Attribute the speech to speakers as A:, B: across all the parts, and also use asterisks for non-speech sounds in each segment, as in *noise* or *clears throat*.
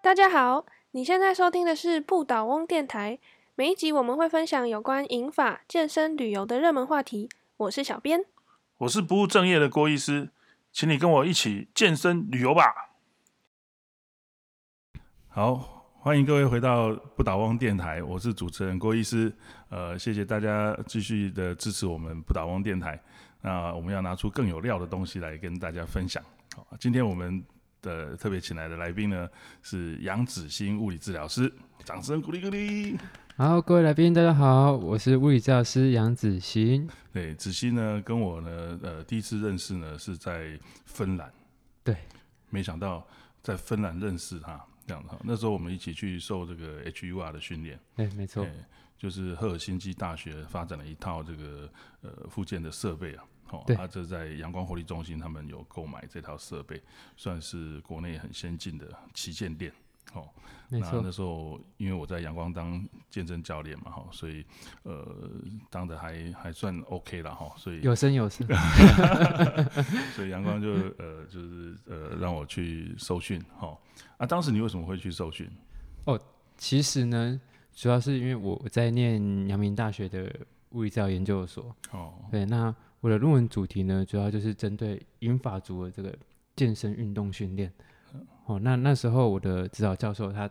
A: 大家好，你现在收听的是不倒翁电台。每一集我们会分享有关饮法、健身、旅游的热门话题。我是小编。
B: 我是不务正业的郭医师，请你跟我一起健身旅游吧。好，欢迎各位回到不倒翁电台，我是主持人郭医师。呃，谢谢大家继续的支持我们不倒翁电台。那我们要拿出更有料的东西来跟大家分享。好，今天我们的特别请来的来宾呢是杨子欣物理治疗师，掌声鼓励鼓励。
C: 好，各位来宾，大家好，我是物理教师杨子欣。
B: 对，子熙呢跟我呢，呃，第一次认识呢是在芬兰。
C: 对，
B: 没想到在芬兰认识他，这样子哈。那时候我们一起去受这个 HUR 的训练，
C: 对，哎没错
B: 对，就是赫尔辛基大学发展了一套这个呃附件的设备啊。哦，
C: 对
B: 他、这在阳光活力中心，他们有购买这套设备，算是国内很先进的旗舰店。哦，
C: 没
B: 那
C: 错
B: 那，时候因为我在阳光当健身教练嘛，哈，所以呃，当的还还算 OK 了哈，所以
C: 有声有
B: *laughs*
C: 色。
B: 所以阳光就呃就是呃让我去受训哈、齁啊，当时你为什么会去受训？
C: 其实呢，主要是因为我我在念阳明大学的物理治疗研究所。
B: 哦，
C: 对，那我的论文主题呢，主要就是针对英法族的这个健身运动训练。
B: 嗯
C: 哦，那那时候我的指导教授他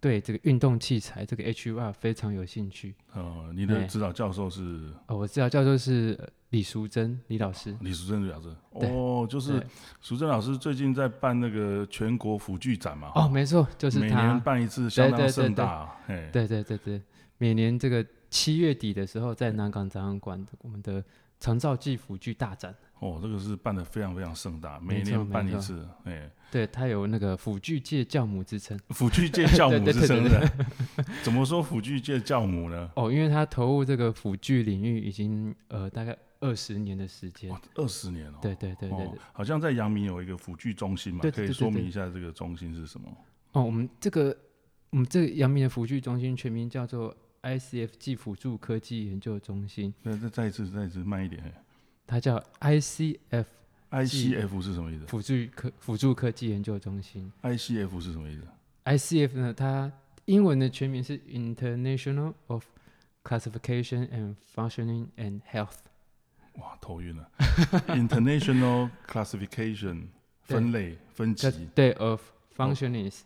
C: 对这个运动器材这个 HUR 非常有兴趣。
B: 呃，你的
C: 对
B: 指导教授是
C: 哦，我指导教授是呃李淑珍李老师。
B: 李淑珍老师，
C: 对
B: 哦，就是
C: 对
B: 淑珍老师最近在办那个全国辅具展嘛，
C: 哦，
B: 齁
C: 没错，就是他。
B: 每年办一次，相当
C: 对对对
B: 盛大啊，嘿，
C: 对对对对，每年这个七月底的时候，在南港展览馆，我们的长照技辅具大展，
B: 哦，这个是办的非常非常盛大，每
C: 没错
B: 年办
C: 没
B: 一
C: 错
B: 次，哎，
C: 对，它有那个辅具界教母之称
B: 辅具界
C: *laughs*
B: 教母
C: 对对
B: 是真
C: 对
B: 的， *laughs* 怎么说辅具界教母
C: *laughs*
B: 呢？
C: 哦，因为他投入这个辅具领域已经呃大概二十年的时间
B: 哇，，二十年哦，
C: 对对对对
B: 哦
C: 对，，
B: 好像在阳明有一个辅具中心嘛，
C: 对对
B: 可以
C: 对对
B: 说
C: 对
B: 明一下这个中心是什么？
C: 哦，我们这个我们这个阳明的辅具中心全名叫做 ICFG 辅助科技研究中心，
B: 那再再一次再一次慢一点。
C: 它叫 ICF G
B: ICF 是什么意思
C: 辅助科辅助科技研究中心。
B: ？ICF 是什么意思？
C: ICF 呢，它英文的全名是 International of Classification and Functioning and Health。
B: 哇，头晕了。International Classification
C: *laughs* 对
B: 分类分
C: 这
B: 级
C: 呃对 of functionings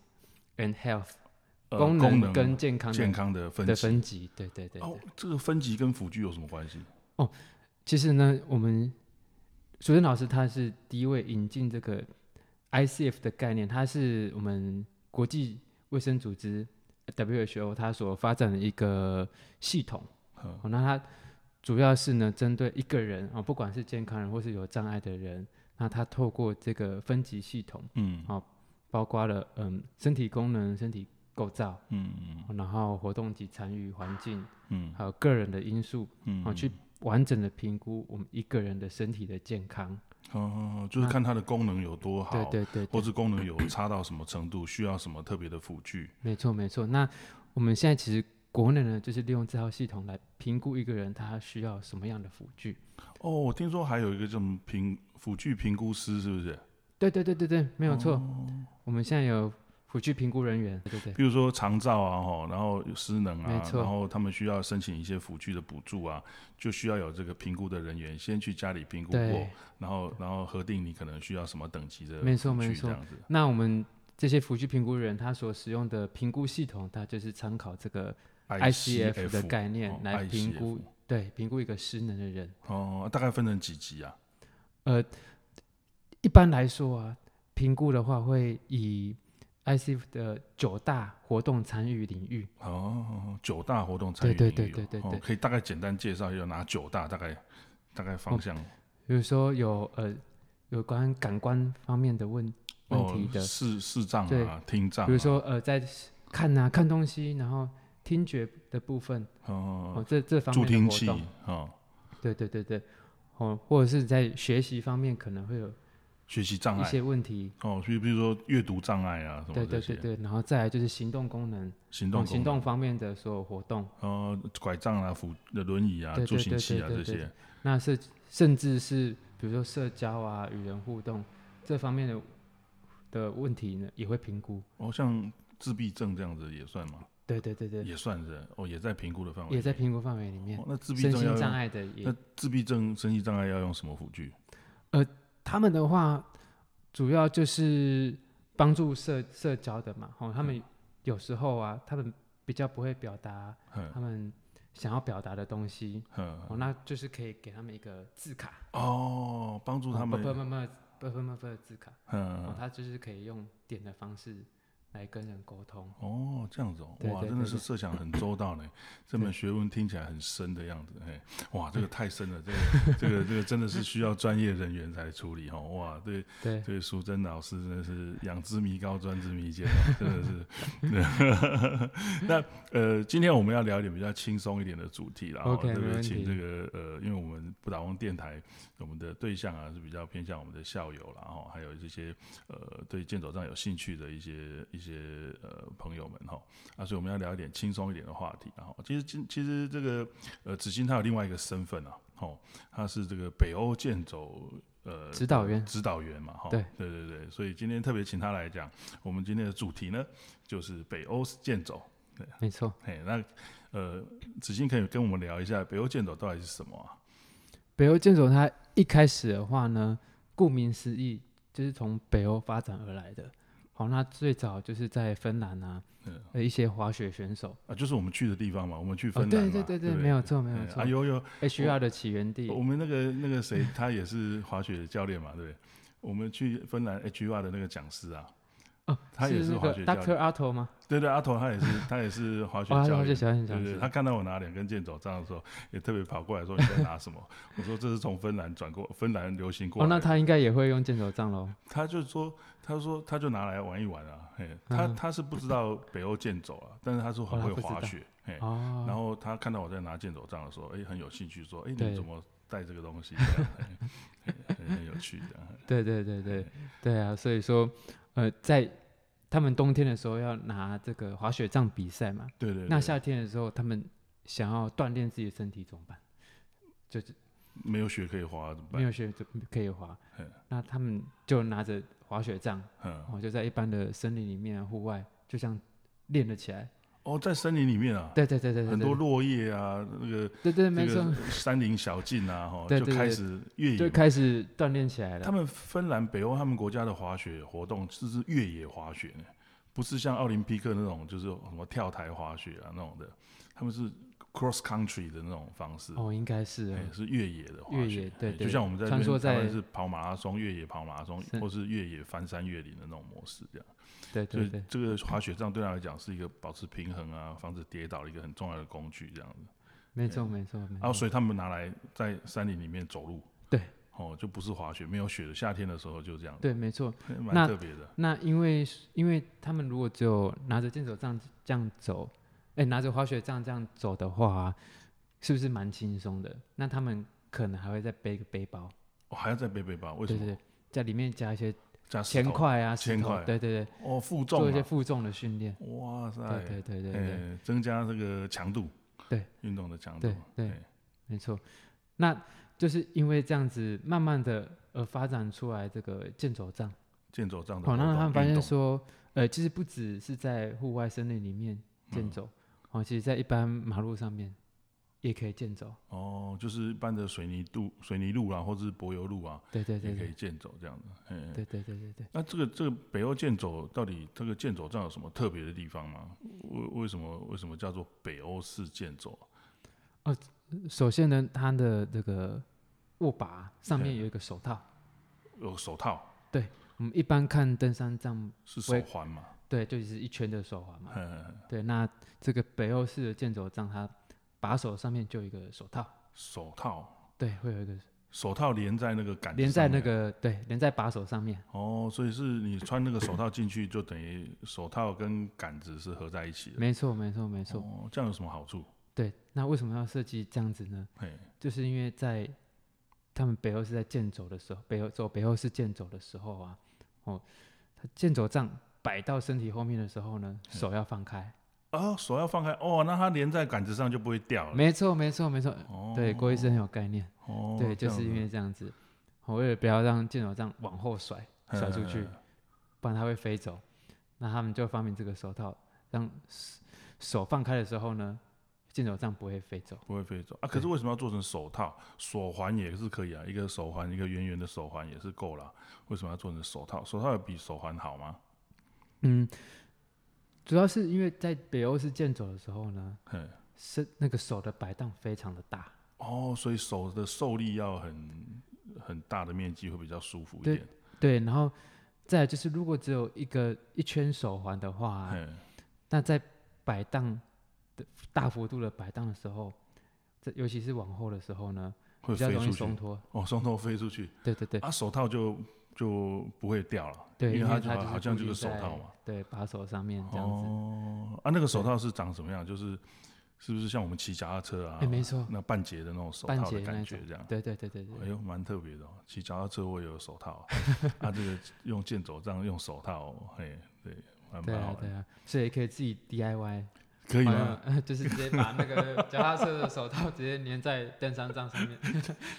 C: and health、
B: 哦呃
C: 功
B: 能
C: 跟健康的
B: 健康的分
C: 的
B: 级。
C: 分级。对对对对。
B: 哦，这个分级跟辅具有什么关系？
C: 其实呢，我们主任老师他是第一位引进这个 ICF 的概念，他是我们国际卫生组织 WHO 它所发展的一个系统。
B: 嗯
C: 哦，那它主要是呢，针对一个人啊、哦，不管是健康人或是有障碍的人，那他透过这个分级系统，
B: 嗯
C: 包括了嗯身体功能、身体构造，哦
B: 嗯嗯
C: 然后活动及参与环境，
B: 嗯
C: 还有个人的因素，
B: 嗯
C: 啊、去完整的评估我们一个人的身体的健康。
B: 哦，就是看它的功能有多好，
C: 对对对
B: 或
C: 对，
B: 是功能有差到什么程度，需要什么特别的辅具。
C: 没错没错。那我们现在其实国内呢，就是利用这套系统来评估一个人他需要什么样的辅具。
B: 哦，我听说还有一个这么评辅具评估师，是不是？
C: 对对对对对，没有错。
B: 哦
C: 我们现在有辅具评估人员，对对对，
B: 比如说长照啊，吼，然后有失能
C: 没
B: 啊，
C: 错
B: 然后他们需要申请一些辅具的补助啊，就需要有这个评估的人员先去家里评估过
C: 对，
B: 然后然后核定你可能需要什么等级的
C: 没错
B: 辅具
C: 没错
B: 这样子。
C: 那我们这些辅具评估人他所使用的评估系统，它就是参考这个 ICF 的概念
B: 哦
C: 来评估
B: ICF
C: 对评估一个失能的人。
B: 哦，大概分成几级啊？
C: 呃，一般来说啊，评估的话会以 ICF 的九大活动参与领域，
B: 哦，九大活动参与
C: 对
B: 领
C: 对
B: 域
C: 对对
B: 哦
C: 对对
B: 哦可以大概简单介绍一下哪九大大概大概方向
C: 比如说有呃有关感官方面的问问
B: 哦
C: 题的，，
B: 视视障
C: 对
B: 啊，听障啊，
C: 比如说呃在看啊看东西，然后听觉的部分哦
B: 哦，
C: 这这方
B: 助
C: 面
B: 听
C: 的活
B: 器
C: 动。
B: 哦，
C: 对对对对，哦，或者是在学习方面可能会有
B: 学习障
C: 一
B: 碍
C: 些问题，
B: 哦，比比如说阅读障碍啊什么
C: 对
B: 这
C: 对
B: 些
C: 对，对，然后再来就是行动功能，
B: 行
C: 哦
B: 动
C: 行
B: 功
C: 动方面的所有活动，
B: 能，哦，拐杖啊、扶呃轮椅啊、
C: 对对
B: 助行器啊
C: 对
B: 这
C: 对对
B: 些，
C: 那是甚至是比如说社交啊、与人互动这方面的的问题呢，也会评估。
B: 哦，像自闭症这样子也算吗？
C: 对对对对，
B: 也算是哦，也在评估的范围内，
C: 也在评估范围里面
B: 哦。。那自闭
C: 身
B: 症要
C: 心
B: 用
C: 障碍的也
B: 那，自闭症、身心障碍要用什么辅具？
C: 他们的话主要就是帮助社社交的嘛。哦，他们有时候啊，他们比较不会表达
B: 嗯
C: 他们想要表达的东西，
B: 嗯
C: 哦，那就是可以给他们一个字卡，
B: 哦，帮助他
C: 哦不
B: 们，
C: 不不不不不不不字卡，哦，
B: 嗯
C: 他就是可以用点的方式来跟人沟通。
B: 哦，这样子哦，
C: 对
B: 哇，
C: 对
B: 真的
C: 对
B: 是
C: 对
B: 设想很周到
C: *laughs*
B: 呢。这门学问听起来很深的样子，哎，哇，
C: *laughs*
B: 这个太深了，这个这个这个真的是需要专业人员才处理哦。哇，对
C: 对，
B: 对，淑珍老师真的是仰之弥高，专之弥坚哦，真的是。 *laughs* 那呃，今天我们要聊一点比较轻松一点的主题啦。哦
C: OK，
B: 这
C: 没
B: 个
C: 问
B: 请
C: 题
B: 这个呃，因为我们不打翁电台，我们的对象啊是比较偏向我们的校友啦，哦，还有一些呃对健走杖有兴趣的一些一些呃朋友们哈、哦。啊，所以我们要聊一点轻松一点的话题。然、后，其实今其实这个呃，子欣他有另外一个身份啊，哦，他是这个北欧健走呃
C: 指导员
B: 指导员嘛，哈、
C: 对
B: 对对对，所以今天特别请他来讲，我们今天的主题呢就是北欧健走。
C: 没错。
B: 嘿，那呃，子欣可以跟我们聊一下北欧健走到底是什么啊？
C: 北欧剑走它一开始的话呢，顾名思义就是从北欧发展而来的。好，那最早就是在芬兰啊
B: 嗯，
C: 呃，一些滑雪选手。
B: 啊，就是我们去的地方嘛，我们去
C: 哦，
B: 芬兰嘛、
C: 对对
B: 对
C: 对对，
B: 不对，
C: 没有错没有
B: 嗯
C: 错
B: 啊，。有有，
C: HR 的起源地
B: 我们那个那个谁，他也是滑雪教练嘛，对不对？我们去芬兰哎 HR 的那个讲师啊，
C: 哦，
B: 他也是
C: 是那
B: 滑
C: 个
B: 雪教练
C: Doctor Otto 吗？
B: 对对，阿头他也是，他也是滑雪
C: 哦他是
B: 教
C: 滑
B: 练，
C: 雪教练
B: 对
C: 讲
B: 对，
C: 师
B: 他看到我拿两根箭走杖的时候，也特别跑过来说你在拿
C: *laughs*
B: 什么？我说这是从芬兰转过，芬兰流行过
C: 哦，
B: 来的。
C: 那他应该也会用剑走杖喽。
B: 他就说，他说他就拿来玩一玩啊，嘿，他
C: 嗯
B: 他是不知道北欧剑走啊，但是他说很
C: 哦他
B: 会
C: 不知
B: 滑
C: 道
B: 雪，嘿，
C: 哦，
B: 然后他看到我在拿剑走杖的时候，哎，很有兴趣，说，哎，你
C: 对
B: 怎么带这个东西？哎这样嘿嘿很哎很有
C: *laughs*
B: 趣的，
C: 对对对对对啊，所以说，呃，在他们冬天的时候要拿这个滑雪杖比赛嘛，
B: 对对。
C: 那
B: 对
C: 夏天的时候他们想要锻炼自己的身体怎么办？就是
B: 没有雪可以滑怎么
C: 没
B: 办？
C: 有雪就可以滑
B: 嗯，
C: 那他们就拿着滑雪杖，
B: 嗯，
C: 哦，就在一般的森林里面、户外，就这样练了起来。
B: 哦，在森林里面啊，
C: 对对对对对，
B: 很多
C: 对
B: 落叶啊，那个
C: 对对，
B: 这
C: 没错
B: 个，山林小径啊，哈，
C: 对
B: 就
C: 对
B: 开
C: 对
B: 始越野
C: 就
B: 嘛。
C: 开始锻炼起来
B: 他
C: 了。
B: 们芬兰、北欧他们国家的滑雪活动是是越野滑雪呢，不是像奥林匹克那种就是什么跳台滑雪啊那种的，他们是 cross country 的那种方式，
C: 哦，应该是
B: 哎
C: 哦
B: 是越野的滑
C: 越
B: 雪
C: 野，对
B: 哎就
C: 对
B: 像我们在
C: 穿
B: 这边
C: 梭在
B: 台湾是跑马拉松、越野跑马拉松，
C: 是
B: 或是越野翻山越岭的那种模式这样。
C: 对
B: 所
C: 对
B: 以
C: 对
B: 这个滑雪杖对他来讲是一个保持平衡啊、防止跌倒的一个很重要的工具这样子。
C: 没
B: 哎
C: 错没错
B: 然后
C: 没错。
B: 所以他们拿来在山林里面走路，
C: 对，
B: 哦，就不是滑雪，没有雪的夏天的时候就这样，
C: 对，没错。
B: 嘿，蛮
C: 那
B: 特别的，
C: 那因为因为他们如果只有拿着健走杖这样走，哎，拿着滑雪杖这样走的话啊、是不是蛮轻松的？那他们可能还会再背一个背包，
B: 哦，还要再背背包，为什
C: 对
B: 么？
C: 对，对在里面加一些
B: 加石
C: 铅
B: 头，
C: 块啊、石
B: 铅
C: 头
B: 块，
C: 对对对，
B: 哦，负
C: 做
B: 重
C: 一些
B: 啊，
C: 负重的训练。
B: 哇塞，
C: 对对对对对
B: 哎增加这个强度，
C: 对，
B: 运动的强度
C: 对，对
B: 哎，
C: 没错。那就是因为这样子，慢慢的而发展出来这个健走杖。
B: 健走杖的
C: 好、
B: 活
C: 哦那
B: 动，
C: 他们发
B: 运
C: 现
B: 动，
C: 说，呃，其实不只是在户外森林里面健
B: 嗯
C: 走，哦，其实在一般马路上面也可以健走。
B: 哦，就是一般的水泥路、水泥路啊，或者是柏油路啊，
C: 对对对
B: 也可以
C: 对
B: 健走这样子，嗯。
C: 对对对对对。
B: 那这个这个北欧健走到底这个健走杖有什么特别的地方吗？为为什么为什么叫做北欧式健走啊？
C: 首先呢，它的这个握把上面
B: 对
C: 有一个手套。
B: 有手套
C: 我们一般看登山杖，
B: 是手环嘛？
C: 对，就是一圈的手环嘛。
B: 嗯，
C: 对，那这个北欧式的健走杖，它把手上面就有一个手套，
B: 手套，
C: 对，会有一个
B: 手套连在那个杆子
C: 连在
B: 上
C: 那
B: 面
C: 个对，连在把手上面。
B: 哦，所以是你穿那个手套进去，就等于手套跟杆子是合在一起的。
C: 没错，没错，没错。
B: 哦，这样有什么好处？
C: 对，那为什么要设计这样子呢？
B: 嘿，
C: 就是因为在他们北欧是在建走的时候，北欧走北欧是建走的时候啊，哦，他建走杖摆到身体后面的时候呢，
B: 嗯
C: 手要放开。
B: 啊，手要放开哦，那它连在杆子上就不会掉了。
C: 没错，没错，没错。
B: 哦，
C: 对，郭医师很有概念。
B: 哦，
C: 对，
B: 这
C: 就
B: 样
C: 是因
B: 子
C: 为这样子，我为了不要让健走杖往后甩
B: 嗯
C: 甩出
B: 嗯
C: 去
B: 嗯，
C: 不然它会飞走。那他们就发明这个手套，让手手放开的时候呢，箭手杖不会飞走。
B: 不会飞走啊。可是为什么要做成手套？手环也是可以啊，一个手环，一个圆圆的手环也是够了。啊为什么要做成手套？手套有比手环好吗？
C: 嗯，主要是因为在北欧式剑走的时候呢，
B: 嗯，
C: 是那个手的摆荡非常的大，
B: 哦，所以手的受力要很很大的面积会比较舒服一
C: 对
B: 点。
C: 对，然后再来就是如果只有一个一圈手环的话啊、
B: 嗯，
C: 那在摆荡的大幅度的摆荡的时候，这尤其是往后的时候呢，
B: 会
C: 比较
B: 飞
C: 容易
B: 出
C: 松
B: 去。
C: 脱。
B: 哦，双头飞出去，
C: 对对对
B: 啊，手套就就不会掉了，
C: 对，
B: 因
C: 因
B: 为它
C: 它就是
B: 好像
C: 固
B: 就是
C: 定
B: 手
C: 在
B: 套嘛。，
C: 对，把手上面这样子。
B: 哦，啊，那个手套是长什么样？就是是不是像我们骑脚踏车啊？
C: 哎没错
B: 那半截的那种手
C: 半
B: 套
C: 截
B: 的
C: 那
B: 感
C: 种
B: 觉这样。
C: 对对对对对
B: 哎，呦，蛮特别的哦！骑脚踏车我也有手
C: *laughs*
B: 套，啊，这个用剑走杖用手套，嘿，对，蛮
C: 对
B: 蛮好
C: 啊
B: 玩
C: 对
B: 的，
C: 啊，所以可以自己 DIY，
B: 可以
C: 好像
B: 吗？
C: 呃 *laughs* 就是直接把那个脚踏车的手套直接粘在电商杖上面，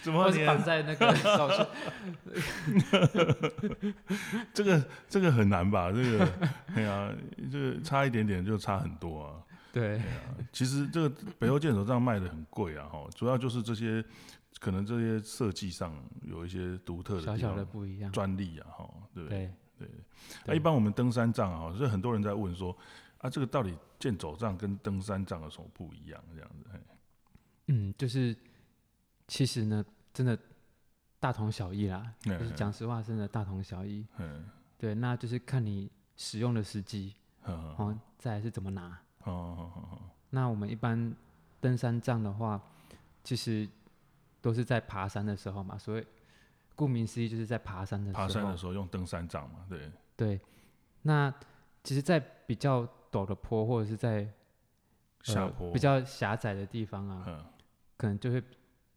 B: 怎么
C: 或是绑
B: 连
C: 在那个
B: *laughs*
C: 手上。
B: 这个这个很难吧？这个， *laughs* 哎呀，这个差一点点就差很多啊。
C: 对，
B: 其实这个北欧剑手杖卖的很贵啊，哈，主要就是这些可能这些设计上有一些独特的
C: 小
B: 地
C: 小的
B: 方
C: 不一样。
B: 专利啊，哈，对不对？
C: 对，
B: 那、
C: 对
B: 一般我们登山杖啊，所以很多人在问说，啊，这个到底剑走杖跟登山杖有什么不一样？这样子，嘿
C: 嗯，就是其实呢，真的大同小异啦。就是
B: 嗯
C: 讲实话，真的大同小异。
B: 嗯。
C: 对，那就是看你使用的时机，
B: 嗯
C: 哦，再来是怎么拿。
B: 哦哦
C: 那我们一般登山杖的话，其实都是在爬山的时候嘛，所以顾名思义就是在爬山的
B: 哦，
C: 时候。呃
B: 爬山的时候用登山杖嘛，对，
C: 对，那其实，在比较陡的坡或者是在、呃
B: 下坡
C: 比，较狭窄的地方啊，
B: 哦嗯，
C: 可能就会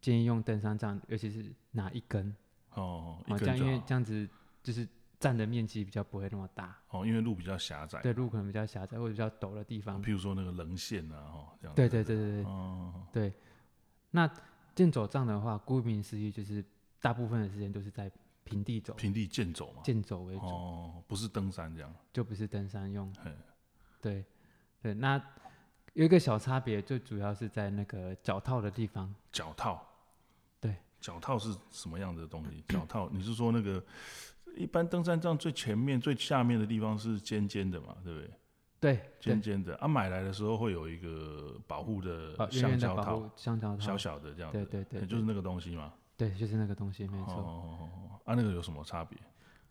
C: 建议用登山杖，尤其是拿一根，
B: 哦，
C: 哦
B: 一
C: 这样
B: 根
C: 因为
B: 就
C: 这样子就是站的面积比较不会那么大，
B: 好，哦，因为路比较狭窄，
C: 对，路可能比较狭窄或者比较陡的地方。
B: 譬如说那个棱线啊，哦，这样，
C: 对对对，对对，
B: 哦，
C: 那剑走杖的话，顾名思义就是大部分的时间都是在平地走，
B: 平地健走嘛，
C: 健走为主，
B: 哦，不是登山这样，
C: 就不是登山用
B: 嘿。
C: 对，对，那有一个小差别，最主要是在那个脚套的地方。
B: 脚套，
C: 对，
B: 脚套是什么样的东西？ *coughs* 脚套，你是说那个一般登山杖最前面、最下面的地方是尖尖的嘛，对不对？
C: 对，
B: 尖
C: 对，
B: 尖的啊，买来的时候会有一个保护的
C: 哦，远
B: 橡
C: 远的
B: 胶
C: 保
B: 套
C: 护，橡胶套，
B: 小小的这样
C: 对
B: 子，
C: 对对，
B: 就是那个东西嘛。
C: 对，对就是那个东西，没错。
B: 哦，啊，那个有什么差别？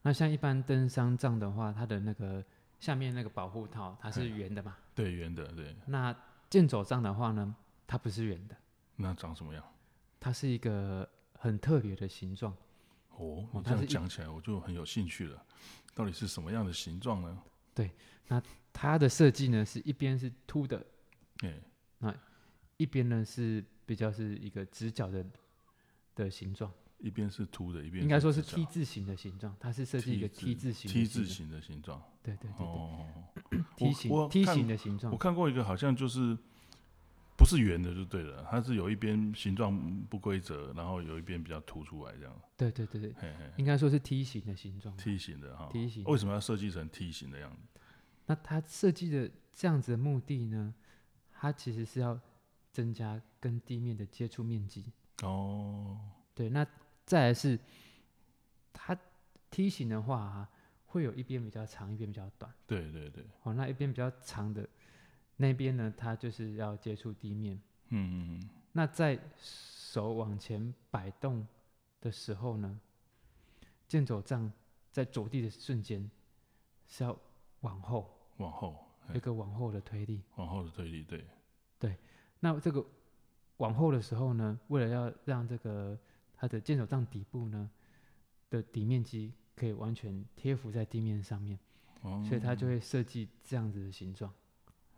C: 那像一般登山杖的话，它的那个下面那个保护套它是圆的嘛，
B: 对，圆的，对，
C: 那健走杖的话呢，它不是圆的，
B: 那长什么样？
C: 它是一个很特别的形状。
B: 哦，
C: 哦
B: 你这
C: 它是
B: 样
C: 一
B: 讲起来我就很有兴趣了，到底是什么样的形状呢？
C: 它的设计呢是一边是凸的，
B: 哎，
C: 一边呢是比较是一个直角的的形状，
B: 一边是凸的，一边
C: 应该说是
B: 直角
C: T 字形的形状，它是设计一个
B: T
C: T 字形的
B: T
C: 形
B: 字
C: 状，
B: 形的形状。
C: 对对对对 *clears throat*
B: 哦，
C: ，T
B: 我
C: 形
B: 我
C: T
B: 看
C: 形的形
B: 我
C: 状，
B: 看过一个，好像就是不是圆的就对了，它是有一边形状不规则，然后有一边比较凸出来这样。
C: 对对对对，
B: 嘿嘿
C: 应该说是 T 形的形状。
B: ，T 型的哈。
C: T 型
B: 为什么要设计成 T 型的样子？
C: 那它设计的这样子的目的呢，它其实是要增加跟地面的接触面积。
B: 哦，
C: 对，那再来是它梯形的话、啊，会有一边比较长，一边比较短。
B: 对对对，
C: 哦，那一边比较长的那边呢，它就是要接触地面。
B: 嗯嗯嗯。
C: 那在手往前摆动的时候呢，剑走杖在着地的瞬间是要往后，
B: 往后，
C: 有一个往后的推力。
B: 往后的推力，对，
C: 那这个往后的时候呢，为了要让这个它的箭手杖底部呢的底面积可以完全贴服在地面上面，
B: 哦
C: 所以它就会设计这样子的形状，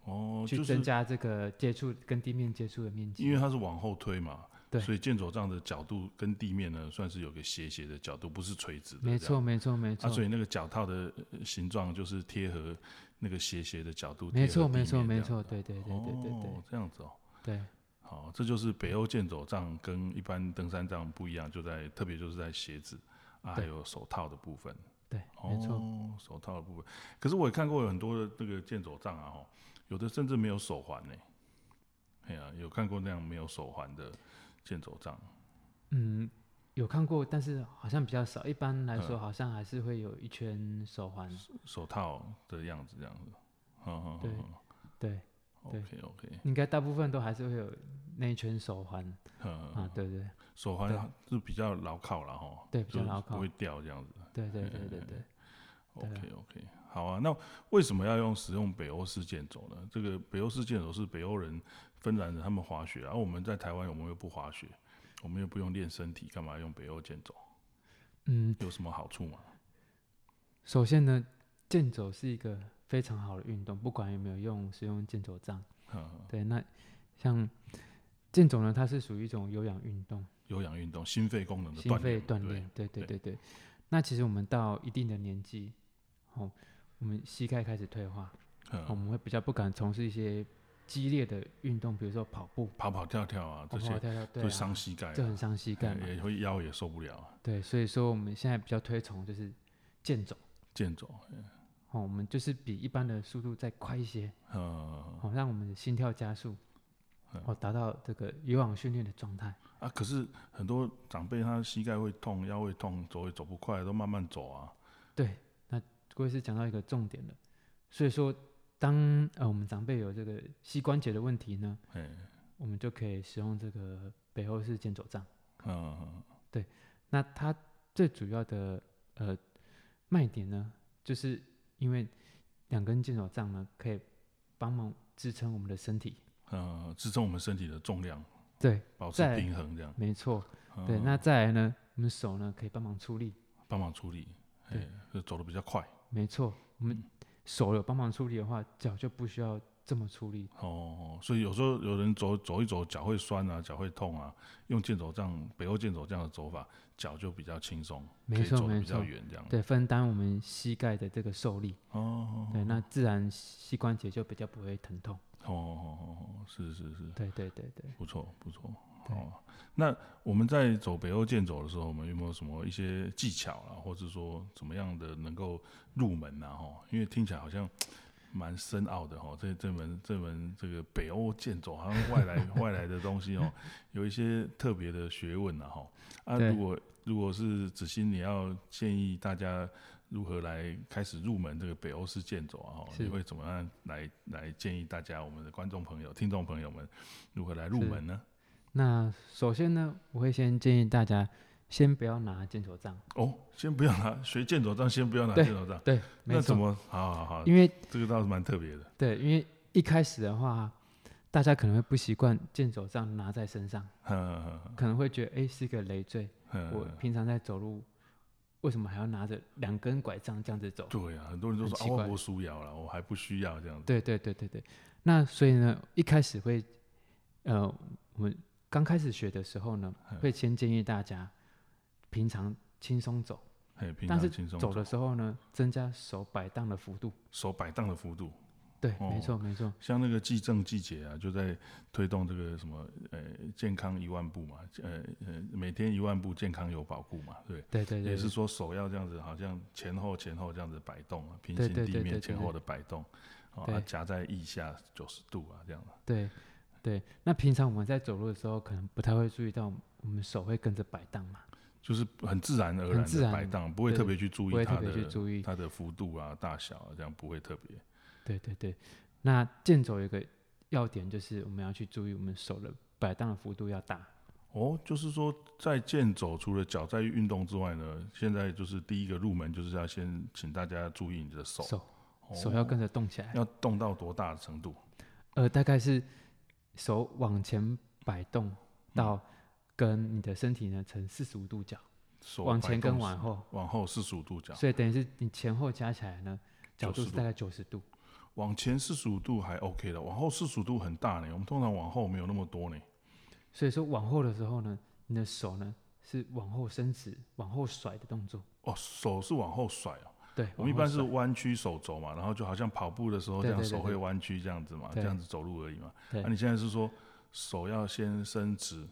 B: 哦，
C: 去
B: 就
C: 增
B: 是
C: 加这个接触跟地面接触的面积。
B: 因为它是往后推嘛，
C: 对
B: 所以剑走杖的角度跟地面呢，算是有个斜斜的角度，不是垂直的，
C: 没错，。没错，没错
B: 啊，，所以那个脚套的呃形状就是贴合那个斜斜的角度，
C: 没错，
B: 贴合地
C: 没错，
B: 面
C: 没
B: 这样
C: 错，
B: 子，
C: 对对对对对对
B: 哦，这样子哦。
C: 对
B: 好，这就是北欧剑走杖跟一般登山杖不一样，就在特别就是在鞋子啊，还
C: 对
B: 有手套的部分。
C: 对，没错，
B: 哦，手套的部分。可是我也看过有很多的那个健走杖啊，哦，有的甚至没有手环呢、哎呀，有看过那样没有手环的健走杖。
C: 嗯，有看过，但是好像比较少。一般来说，好像还是会有一圈手环。
B: 嗯手套的样子，这样子。嗯
C: 对对，对
B: OK OK，
C: 应该大部分都还是会有那一圈手环啊
B: 嗯，。
C: 对对
B: 手环是比较牢靠了哈，
C: 对比较
B: 就是
C: 牢靠
B: 不会掉这样子。
C: 对对
B: 嗯
C: 对对对。对啊
B: OK OK，好啊。那为什么要用使用北欧式剑走呢？这个北欧式剑走是北欧人芬兰人他们滑雪，啊而、我们在台湾我们又不滑雪，我们又不用练身体，干嘛用北欧剑走？
C: 嗯，
B: 有什么好处吗？
C: 首先呢，健走是一个非常好的运动，不管有没有用使用健走杖。
B: 嗯，
C: 对，那像健走呢，它是属于一种有氧运动，
B: 有氧运动，心肺功能的
C: 心
B: 锻
C: 肺
B: 炼，
C: 锻
B: 对不对
C: 炼。对对对对。那其实我们到一定的年纪，哦，我们膝盖开始退化，我
B: 嗯，
C: 们会比较不敢从事一些激烈的运动，比如说跑步、
B: 跑跑跳跳啊，
C: 跑
B: 这
C: 跑
B: 些
C: 跳跳，对、
B: 会伤
C: 啊，
B: 膝盖啊，
C: 这很伤膝盖嘛
B: 哎。也会腰也受不了啊。
C: 对，所以说我们现在比较推崇就是健走，
B: 健走，
C: 哦，我们就是比一般的速度再快一些，
B: 嗯
C: 哦，让我们的心跳加速，哦，达到这个有氧训练的状态。
B: 啊，可是很多长辈他膝盖会痛，腰会痛，走也走不快，都慢慢走啊。
C: 对，那郭医师讲到一个重点了，所以说当呃我们长辈有这个膝关节的问题呢，
B: 哎，
C: 我们就可以使用这个北欧式健走杖。
B: 嗯，
C: 那它最主要的呃卖点呢，就是因为两根健手杖呢，可以帮忙支撑我们的身体。
B: 呃，支撑我们身体的重量，
C: 对，
B: 保持
C: 在
B: 平衡，这样。
C: 没错。
B: 嗯
C: 对，那再来呢，我们手呢可以帮忙出力。
B: 帮忙处理，哎
C: 对，
B: 就走的比较快。
C: 没错，我们手有帮忙出力的话，脚就不需要这么出力。
B: 哦，所以有时候有人走走一走，脚会酸啊，脚会痛啊，用健走杖，北欧健走这样的走法，脚就比较轻松，可
C: 没
B: 以
C: 错
B: 走的
C: 没
B: 比较
C: 错
B: 远，这样。
C: 对，分担我们膝盖的这个受力，
B: 哦，
C: 对，那自然膝关节就比较不会疼痛。
B: 哦哦哦，哦是是是，
C: 对对对
B: *laughs*
C: 对，
B: 不错不错。
C: 对
B: 哦，那我们在走北欧健走的时候，我们有没有什么一些技巧啊，或者说怎么样的能够入门啊？哈，因为听起来好像蛮深奥的哈。这这门这门这个北欧健走，好像外来外来的东西哦，有一些特别的学问啊。哈。啊，
C: 对
B: 如果如果是子欣，你要建议大家如何来开始入门这个北欧式健走啊？哈，
C: 是
B: 你会怎么样来来建议大家我们的观众朋友、听众朋友们如何来入
C: 是
B: 门呢？
C: 那首先呢，我会先建议大家先不要拿健手杖。
B: 哦，先不要拿学剑走杖，先不要拿
C: 对
B: 剑走杖，
C: 对，没
B: 那怎
C: 错。
B: 么？好好好，
C: 因为
B: 这个倒是蛮特别的。 *laughs*
C: 对，因为一开始的话，大家可能会不习惯健走杖拿在身上，
B: 嗯嗯
C: 可能会觉得诶是个累赘。
B: 嗯
C: 我
B: 嗯
C: 平常在走路，为什么还要拿着两根拐杖这样子走？
B: 对啊，很多人都说啊，
C: 很奇怪
B: 我不输摇了，我还不需要这样子。
C: 对对对对对。那所以呢，一开始会，呃，我们刚开始学的时候呢，
B: 嗯
C: 会先建议大家平常轻松走，
B: 嘿，平常
C: 但是
B: 轻松
C: 走的时候呢，增加手摆荡的幅度。
B: 手摆荡的幅度，
C: 对，
B: 哦
C: 没错没错。
B: 像那个季正季节啊，就在推动这个什么呃健康一万步嘛，呃呃每天一万步健康有保护嘛，对。
C: 对对对，
B: 也是
C: 对
B: 说手要这样子，好像前后前后这样子摆动啊，平
C: 对
B: 行
C: 对
B: 地
C: 对
B: 面
C: 对
B: 前
C: 对
B: 后的摆动，哦
C: 对
B: 啊夹在腋下九十度啊这样的。
C: 对对，那平常我们在走路的时候，可能不太会注意到我们手会跟着摆荡嘛，
B: 就是很自然而然
C: 很自
B: 的
C: 然
B: 摆荡，不会
C: 对
B: 特别去注
C: 不
B: 意
C: 会
B: 它
C: 特
B: 的
C: 别去注意。
B: 它的幅度啊、大小啊，这样不会特别。
C: 对对对，那健走有一个要点就是我们要去注意我们手的摆荡的幅度要大。
B: 哦，就是说在健走，除了脚在运动之外呢，现在就是第一个入门就是要先请大家注意你的手，
C: 手
B: 哦
C: 手要跟着动起来，
B: 要动到多大的程度？
C: 呃，大概是手往前摆动
B: 嗯
C: 到跟你的身体呢成四十五度角，
B: 手
C: 往
B: 摆
C: 前
B: 动
C: 跟
B: 时
C: 往后，
B: 往后四十五度角，
C: 所以等于是你前后加起来呢，角度
B: 90
C: 是大概九十度。
B: 往前四十五度还 OK 的，往后四十五度很大呢。我们通常往后没有那么多呢。
C: 所以说往后的时候呢，你的手呢是往后伸直、往后甩的动作。
B: 哦，手是往后甩哦，
C: 对，
B: 我们一
C: 往后
B: 般是
C: 甩
B: 弯曲手肘嘛，然后就好像跑步的时候这
C: 对
B: 样，
C: 对对
B: 手会
C: 对
B: 弯曲这样子嘛，这
C: 对
B: 样子走路而已嘛。啊
C: 对
B: 那、你现在是说手要先伸直，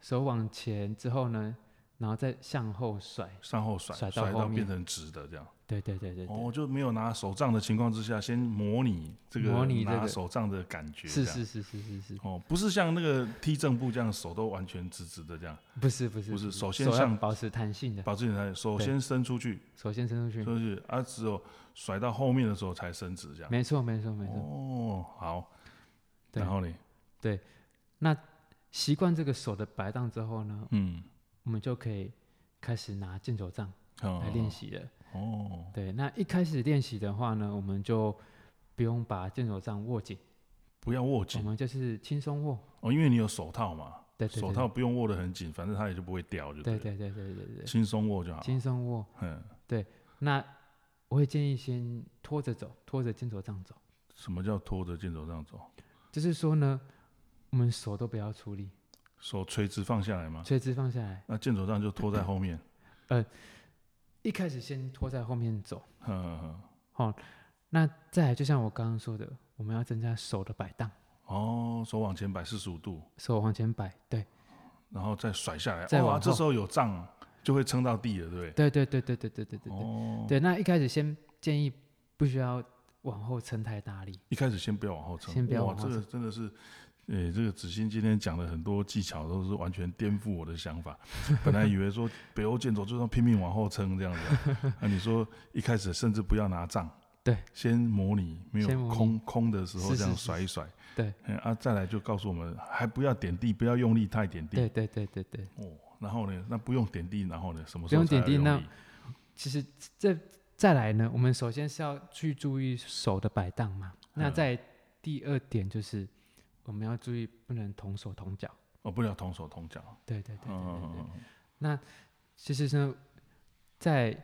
C: 手往前之后呢，然后再向后甩。
B: 向后甩，
C: 甩
B: 甩
C: 到后面
B: 变成直的这样。
C: 对对对对对，
B: 哦，就没有拿手杖的情况之下，先模拟这个
C: 模拟这
B: 拿
C: 个
B: 手杖的感觉，
C: 是
B: 这样。
C: 是是是是是，
B: 哦，不是像那个踢正步这样手都完全直直的这样，
C: 不是不是
B: 不是首先
C: 手要
B: 向
C: 保持弹性的，
B: 把自己的手
C: 对
B: 先伸出去，
C: 首先伸出去。
B: 就是啊，只有甩到后面的时候才伸直这样。
C: 没错没错没错。
B: 哦，好。
C: 对
B: 然后呢？
C: 习惯这个手的摆荡之后呢，
B: 嗯，
C: 我们就可以开始拿毽球杖
B: 好
C: 来练。习了。
B: 哦，
C: 对，那一开始练习的话呢，我们就不用把毽球杖握紧，
B: 不要握
C: 我
B: 紧
C: 们就是轻松握。
B: 哦，因为你有手套嘛，
C: 嗯对对对，
B: 手套不用握得很紧，反正它也就不会掉，就
C: 对
B: 对
C: 对对对对对
B: 了，，轻松握就好。
C: 轻松握。
B: 嗯，
C: 那我会建议先拖着走，拖着毽球杖走，
B: 什么叫拖着箭头这样走？
C: 就是说呢，我们手都不要出力，
B: 手垂直放下来吗？
C: 垂直放下来。
B: 那箭头上就拖在后面。 *laughs*
C: 一开始先拖在后面走，哦
B: 嗯，嗯
C: 那再来就像我刚刚说的，我们要增加手的摆荡，
B: 哦，手往前摆四十五度，
C: 手往前摆。对，
B: 然后再甩下来，
C: 再往
B: 哇，
C: 后
B: 这时候有杖就会撑到地了，对不对？
C: 对对对对对对对对对。
B: 哦，
C: 对，那一开始先建议不需要往后撑太大力，
B: 一开始先不要往后撑，
C: 先不要
B: 哇，
C: 往后
B: 这
C: 撑
B: 个真的是。诶，这个子欣今天讲的很多技巧都是完全颠覆我的想
C: *laughs*
B: 法。本来以为说北欧剑走就是要拼命往后撑这样子，
C: *laughs*
B: 啊，你说一开始甚至不要拿杖，
C: 对，
B: 先模拟没
C: 先
B: 有
C: 模拟
B: 空空的时候
C: 是
B: 这样
C: 是是
B: 甩一甩，
C: 对
B: 嗯，啊，再来就告诉我们还不要点地，不要用力太点地，
C: 对对对对对，
B: 哦，然后呢，那不用点地，然后呢，什么
C: 不
B: 时候
C: 用
B: 才
C: 点
B: 要
C: 地
B: 用
C: 那
B: 力
C: 其实这再来呢，我们首先是要去注意手的摆荡嘛。那
B: 嗯
C: 在第二点就是我们要注意不能同手同脚。
B: 哦，不要同手同脚。
C: 对对对对对对。
B: 嗯，
C: 其实呢，在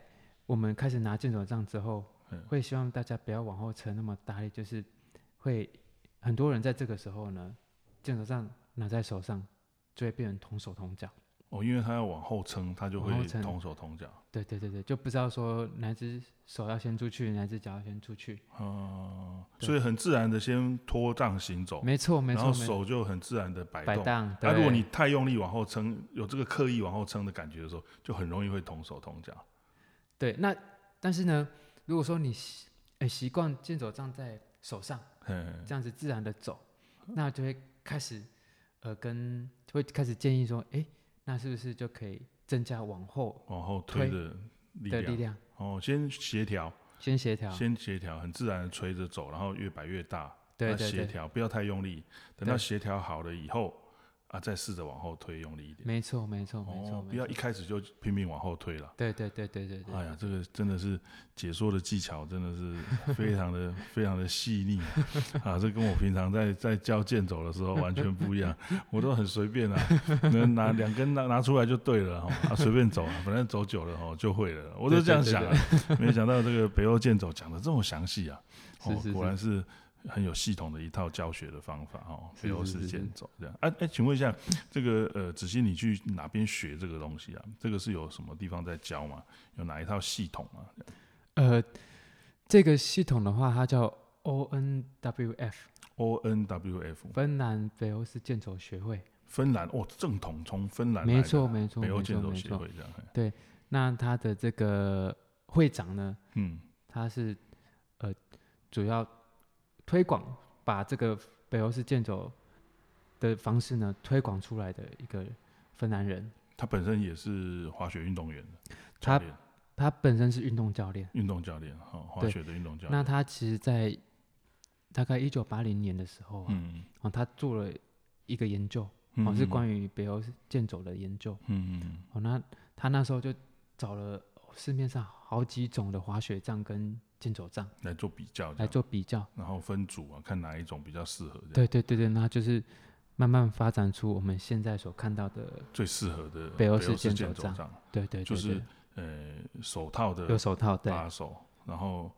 C: 我们开始拿健手杖之后
B: 嗯，
C: 会希望大家不要往后撑那么大力，就是会很多人在这个时候呢，健手杖拿在手上就会变成同手同脚。
B: 哦，因为他要往后撑，他就会
C: 往后撑
B: 同手同脚。
C: 对对对对，就不知道说哪只手要先出去，哪只脚要先出去。
B: 嗯，
C: 对
B: 所以很自然的先拖杖行走，
C: 没错没
B: 哦然
C: 错，
B: 后
C: 没错，
B: 手就很自然的摆
C: 摆
B: 动。
C: 荡。
B: 那、如果
C: 对
B: 你太用力往后撑，有这个刻意往后撑的感觉的时候，就很容易会同手同脚。
C: 对那但是呢，如果说你习哎习惯剑走杖在手上，
B: 嗯，
C: 这样子自然的走，那就会开始呃跟就会开始建议说，哎，那是不是就可以增加往后
B: 往后推的力
C: 的
B: 量。
C: 力量？
B: 哦，先协调，
C: 先协调，
B: 先协调，很自然的垂着走，然后越摆越大。
C: 对
B: 那
C: 对
B: 啊协
C: 对，
B: 调，不要太用力。等
C: 对
B: 到协调好了以后，啊，再试着往后推，用力一点。
C: 没错没错没错，
B: 哦，
C: 没
B: 不要
C: 错
B: 一开始就拼命往后推了。
C: 对对对对对对
B: 哎呀，这个真的是解说的技巧，真的是非常的 *laughs* 非常的细腻啊！ *laughs* 这跟我平常在在教剑走的时候完全不一样，我都很随便啊，能拿两根拿拿出来就对了哈、啊，随便走啊，反正走久了哈、就会了，我都这样想啊。 *laughs* 没想到这个北欧剑走讲的这么详细啊，哦，
C: 是是是
B: 果然是。很有系统的一套教学的方法哦，
C: 是
B: 北欧
C: 是
B: 式
C: 是
B: 剑
C: 是
B: 走这样。哎、哎、请问一下，这个呃，子欣，你去哪边学这个东西啊？这个是有什么地方在教吗？有哪一套系统啊？
C: 呃，这个系统的话，它叫 O N W F
B: O N W F，
C: 芬兰北欧式剑走学会，
B: 芬兰哦，正统从芬兰来的
C: 没错没错
B: 北欧
C: 没
B: 剑
C: 错
B: 走
C: 没
B: 协
C: 错。
B: 会这样，嘿
C: 那他的这个会长呢，
B: 嗯，
C: 他是呃主要推广把这个北欧式剑走的方式呢推广出来的一个芬兰人，
B: 他本身也是滑雪运动员的，
C: 他
B: 教练
C: 他本身是运动教练，
B: 运动教练，好、哦，滑
C: 对
B: 雪的运动教
C: 那
B: 练，
C: 他其实在大概一九八零年的时候啊，
B: 嗯，
C: 哦他做了一个研究，
B: 嗯
C: 哦，是关
B: 于，
C: 于北欧剑走的研究。
B: 嗯嗯
C: 哦，那他那时候就找了市面上好几种的滑雪杖跟剑走杖
B: 来做比较这
C: 来
B: 样，
C: 做比较。
B: 然后分组啊，看哪一种比较适合，这样
C: 对对对对，那就是慢慢发展出我们现在所看到的，
B: 最适合的
C: 北欧
B: 欧
C: 式
B: 式
C: 剑
B: 剑
C: 走杖
B: 杖，
C: 对对对
B: 就
C: 对
B: 是呃手套
C: 有
B: 的
C: 手套，对，
B: 把手，然后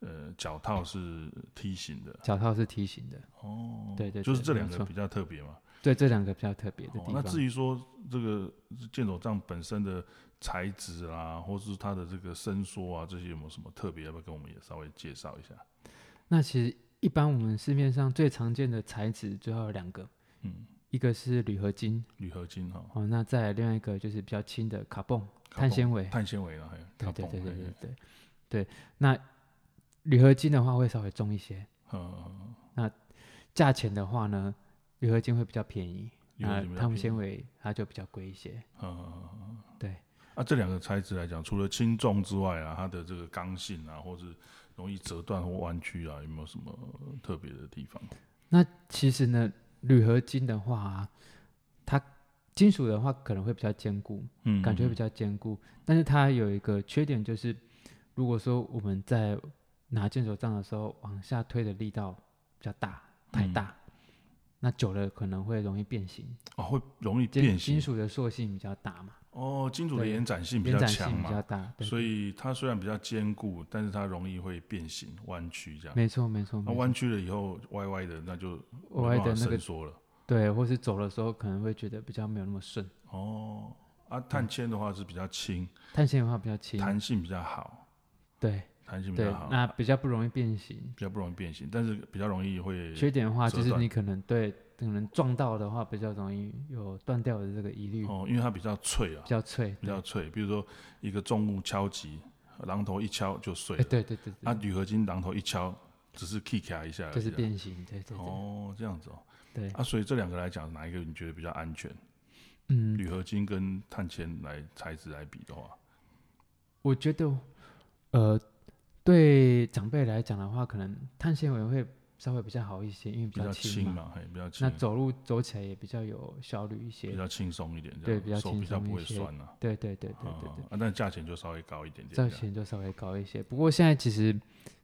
B: 呃脚套是梯形的，
C: 脚套是梯形的，
B: 哦，
C: 对对
B: 就是
C: 对
B: 这
C: 没
B: 两个
C: 错
B: 比较特别嘛。
C: 对，这两个比较特别的
B: 哦
C: 地，
B: 那
C: 方。
B: 至于说这个剑手杖本身的材质啦，或是它的这个伸缩啊，这些有没有什么特别？要不要跟我们也稍微介绍一下？
C: 那其实一般我们市面上最常见的材质主要有两个，
B: 嗯，
C: 一个是铝合金
B: 铝合金哈，
C: 哦，那再来另外一个就是比较轻的卡泵
B: 卡
C: 碳
B: 泵
C: 纤维，
B: 碳纤维然后还有
C: 对
B: 卡
C: 对
B: 泵哎
C: 对对
B: 还有
C: 对对对。那铝合金的话会稍微重一些，
B: 呃，
C: 价钱的话呢，铝合金会比较便宜，
B: 铝合
C: 那
B: 金比较
C: 啊碳
B: 便宜
C: 纤维它就比较贵一些。
B: 呃，
C: 对，
B: 啊，这两个材质来讲，除了轻重之外啊，它的这个刚性啊，或是容易折断或弯曲啊，有没有什么特别的地方？
C: 那其实呢，铝合金的话啊、它金属的话可能会比较坚固，
B: 嗯，
C: 感觉比
B: 较
C: 较坚固，但是它有一个缺点就是，如果说我们在拿剑手杖的时候往下推的力道比较大，太
B: 嗯
C: 大，那久了可能会容易变形。
B: 哦，会容易
C: 金
B: 变
C: 金
B: 形
C: 属的塑性比较大嘛，
B: 哦，金属的
C: 对
B: 延展性比
C: 延
B: 较
C: 展
B: 强
C: 性比较
B: 嘛，
C: 大，对，
B: 所以它虽然比较坚固，但是它容易会变形、弯曲这样。
C: 没错没错，
B: 那
C: 没错
B: 弯曲了以后，歪歪的，那就
C: 我
B: 没
C: 还
B: 办
C: 的
B: 法
C: 那
B: 伸
C: 个
B: 缩了。
C: 对，或是走的时候可能会觉得比较没有那么顺。
B: 哦，啊，碳纤的话是比较轻，
C: 碳纤维的话比较嗯轻，
B: 弹性比较好，
C: 对
B: 弹性比
C: 对
B: 较好，，
C: 那比较不容易变形。
B: 比较不容易变形，但是比较容易会
C: 缺点的话就
B: 折
C: 是
B: 断
C: 你可能对可能撞到的话比较容易有断掉的这个疑虑，
B: 哦，因为它比较脆啊
C: 比，较脆，
B: 比较脆。比如说一个重物敲击，榔头一敲就碎
C: 哎
B: 了。
C: 对对对
B: 啊，
C: 对，
B: 铝合金榔头一敲，只是 kick 一下而已啊，
C: 就是变形，对对对
B: 哦，这样子哦。
C: 对，
B: 啊，所以这两个来讲，哪一个你觉得比较安全？
C: 嗯，
B: 铝合金跟碳纤来材质来比的话，
C: 我觉得，呃，对长辈来讲的话，可能碳纤维会稍微比较好一些，因为比
B: 比
C: 较
B: 较
C: 轻
B: 轻
C: 嘛。
B: 嘛，嘿，比较
C: 那
B: 轻，
C: 走路走起来也比较有效率一些
B: 比。较轻松一点，这
C: 对
B: 样
C: 比较
B: 手
C: 轻
B: 比较
C: 松
B: 不
C: 一
B: 会
C: 些
B: 酸啊。
C: 对对对对
B: 啊
C: 对对，
B: 啊，但价钱就稍微高一点点。
C: 造型就稍微高一些。不过现在其实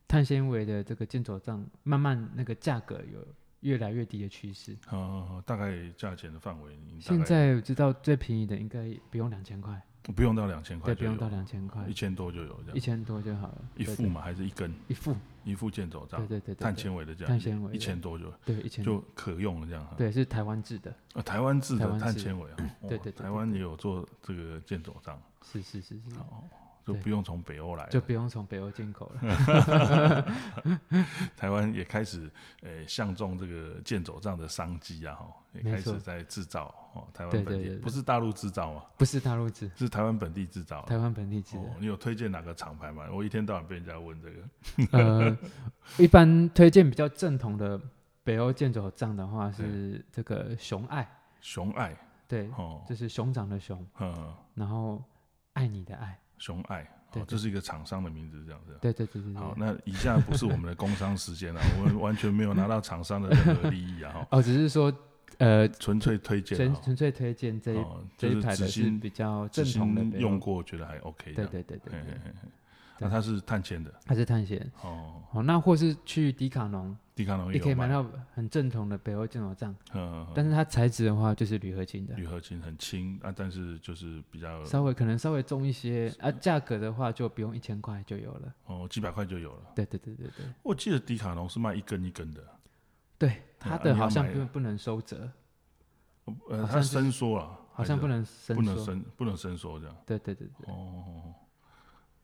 C: 碳纤维的这个箭头杖，慢慢那个价格有越来越低的趋势。
B: 啊，啊大概价钱的范围，你大
C: 现
B: 概
C: 在我知道最便宜的应该不用两千块，
B: 不用到两千块
C: 对，
B: 就
C: 不
B: 有，
C: 用到两千块
B: 一，千多就有这
C: 一
B: 样。
C: 千多就好了。
B: 一
C: 对
B: 副
C: 对
B: 嘛，还是一根
C: 一副，
B: 一副箭头
C: 对
B: 杖，
C: 对对对，
B: 碳
C: 对
B: 纤维的这样，
C: 碳纤维
B: 一
C: 的
B: 千多就
C: 对一千
B: 就可用了这样哈。
C: 对是台湾制的，
B: 啊，台湾制
C: 台
B: 的
C: 湾
B: 碳
C: 制的
B: 纤维啊，
C: *coughs*
B: 哇
C: 对对对
B: 台湾也有做这个箭头杖，
C: 是是是是，
B: 哦，就
C: 对
B: 不用从北欧来了，
C: 就不用从北欧进口了。
B: *laughs* 台湾也开始呃相中这个剑走杖的商机啊，哈，也
C: 没
B: 开始
C: 错
B: 在制造哦，台湾
C: 对
B: 本地
C: 对对对
B: 不是大陆制造嘛，啊
C: 不是大陆制，
B: 是台湾本地制造啊。
C: 台湾本地制
B: 哦
C: 的。，
B: 你有推荐哪个厂牌吗？我一天到晚被人家问这个。
C: 呃，一般推荐比较正统的北欧剑走杖的话是这个熊爱，
B: 熊爱
C: 对，
B: 哦，
C: 就是熊掌的熊，
B: 嗯，
C: 然后爱你的爱，
B: 熊爱，
C: 对
B: 哦，这是一个厂商的名字，这样子。
C: 对对对对
B: 好，
C: 对。
B: 那以下不是我们的工商时间了，我们完全没有拿到厂商的任何利益啊，哈，
C: 哦，只是说呃，
B: 纯粹推荐
C: 纯
B: 啊，
C: 纯粹推荐这一、
B: 哦，
C: 这
B: 就
C: 一
B: 是
C: 排
B: 紫
C: 的是
B: 心
C: 比较
B: 紫
C: 正统的
B: 心
C: 北欧
B: 用，过，觉得还 OK 这
C: 对
B: 样。
C: 对对对
B: 嘿嘿
C: 对，
B: 嘿嘿那
C: 对
B: 它是碳纤的
C: 它是探险。
B: 哦，
C: 哦，那或是去迪卡侬
B: 迪卡侬
C: 也
B: 哦
C: 可以
B: 有
C: 买
B: 卖，
C: 到很正统的北欧剑走杖，
B: 嗯，
C: 但是它材质的话就是铝合金的，
B: 铝合金很轻啊，但是就是比较
C: 稍微可能稍微重一些啊，价格的话就不用一千块就有了。
B: 哦几百块就有了。
C: 对对对对对，
B: 我记得迪卡侬是卖一根一根的，
C: 对，它
B: 你要
C: 的好像
B: 买
C: 不不能收折，
B: 呃，
C: 好
B: 它
C: 像是
B: 伸缩了，
C: 好像
B: 还
C: 不
B: 是
C: 能伸
B: 不能
C: 缩。
B: 伸不能伸缩这样。
C: 对对对对，
B: 哦，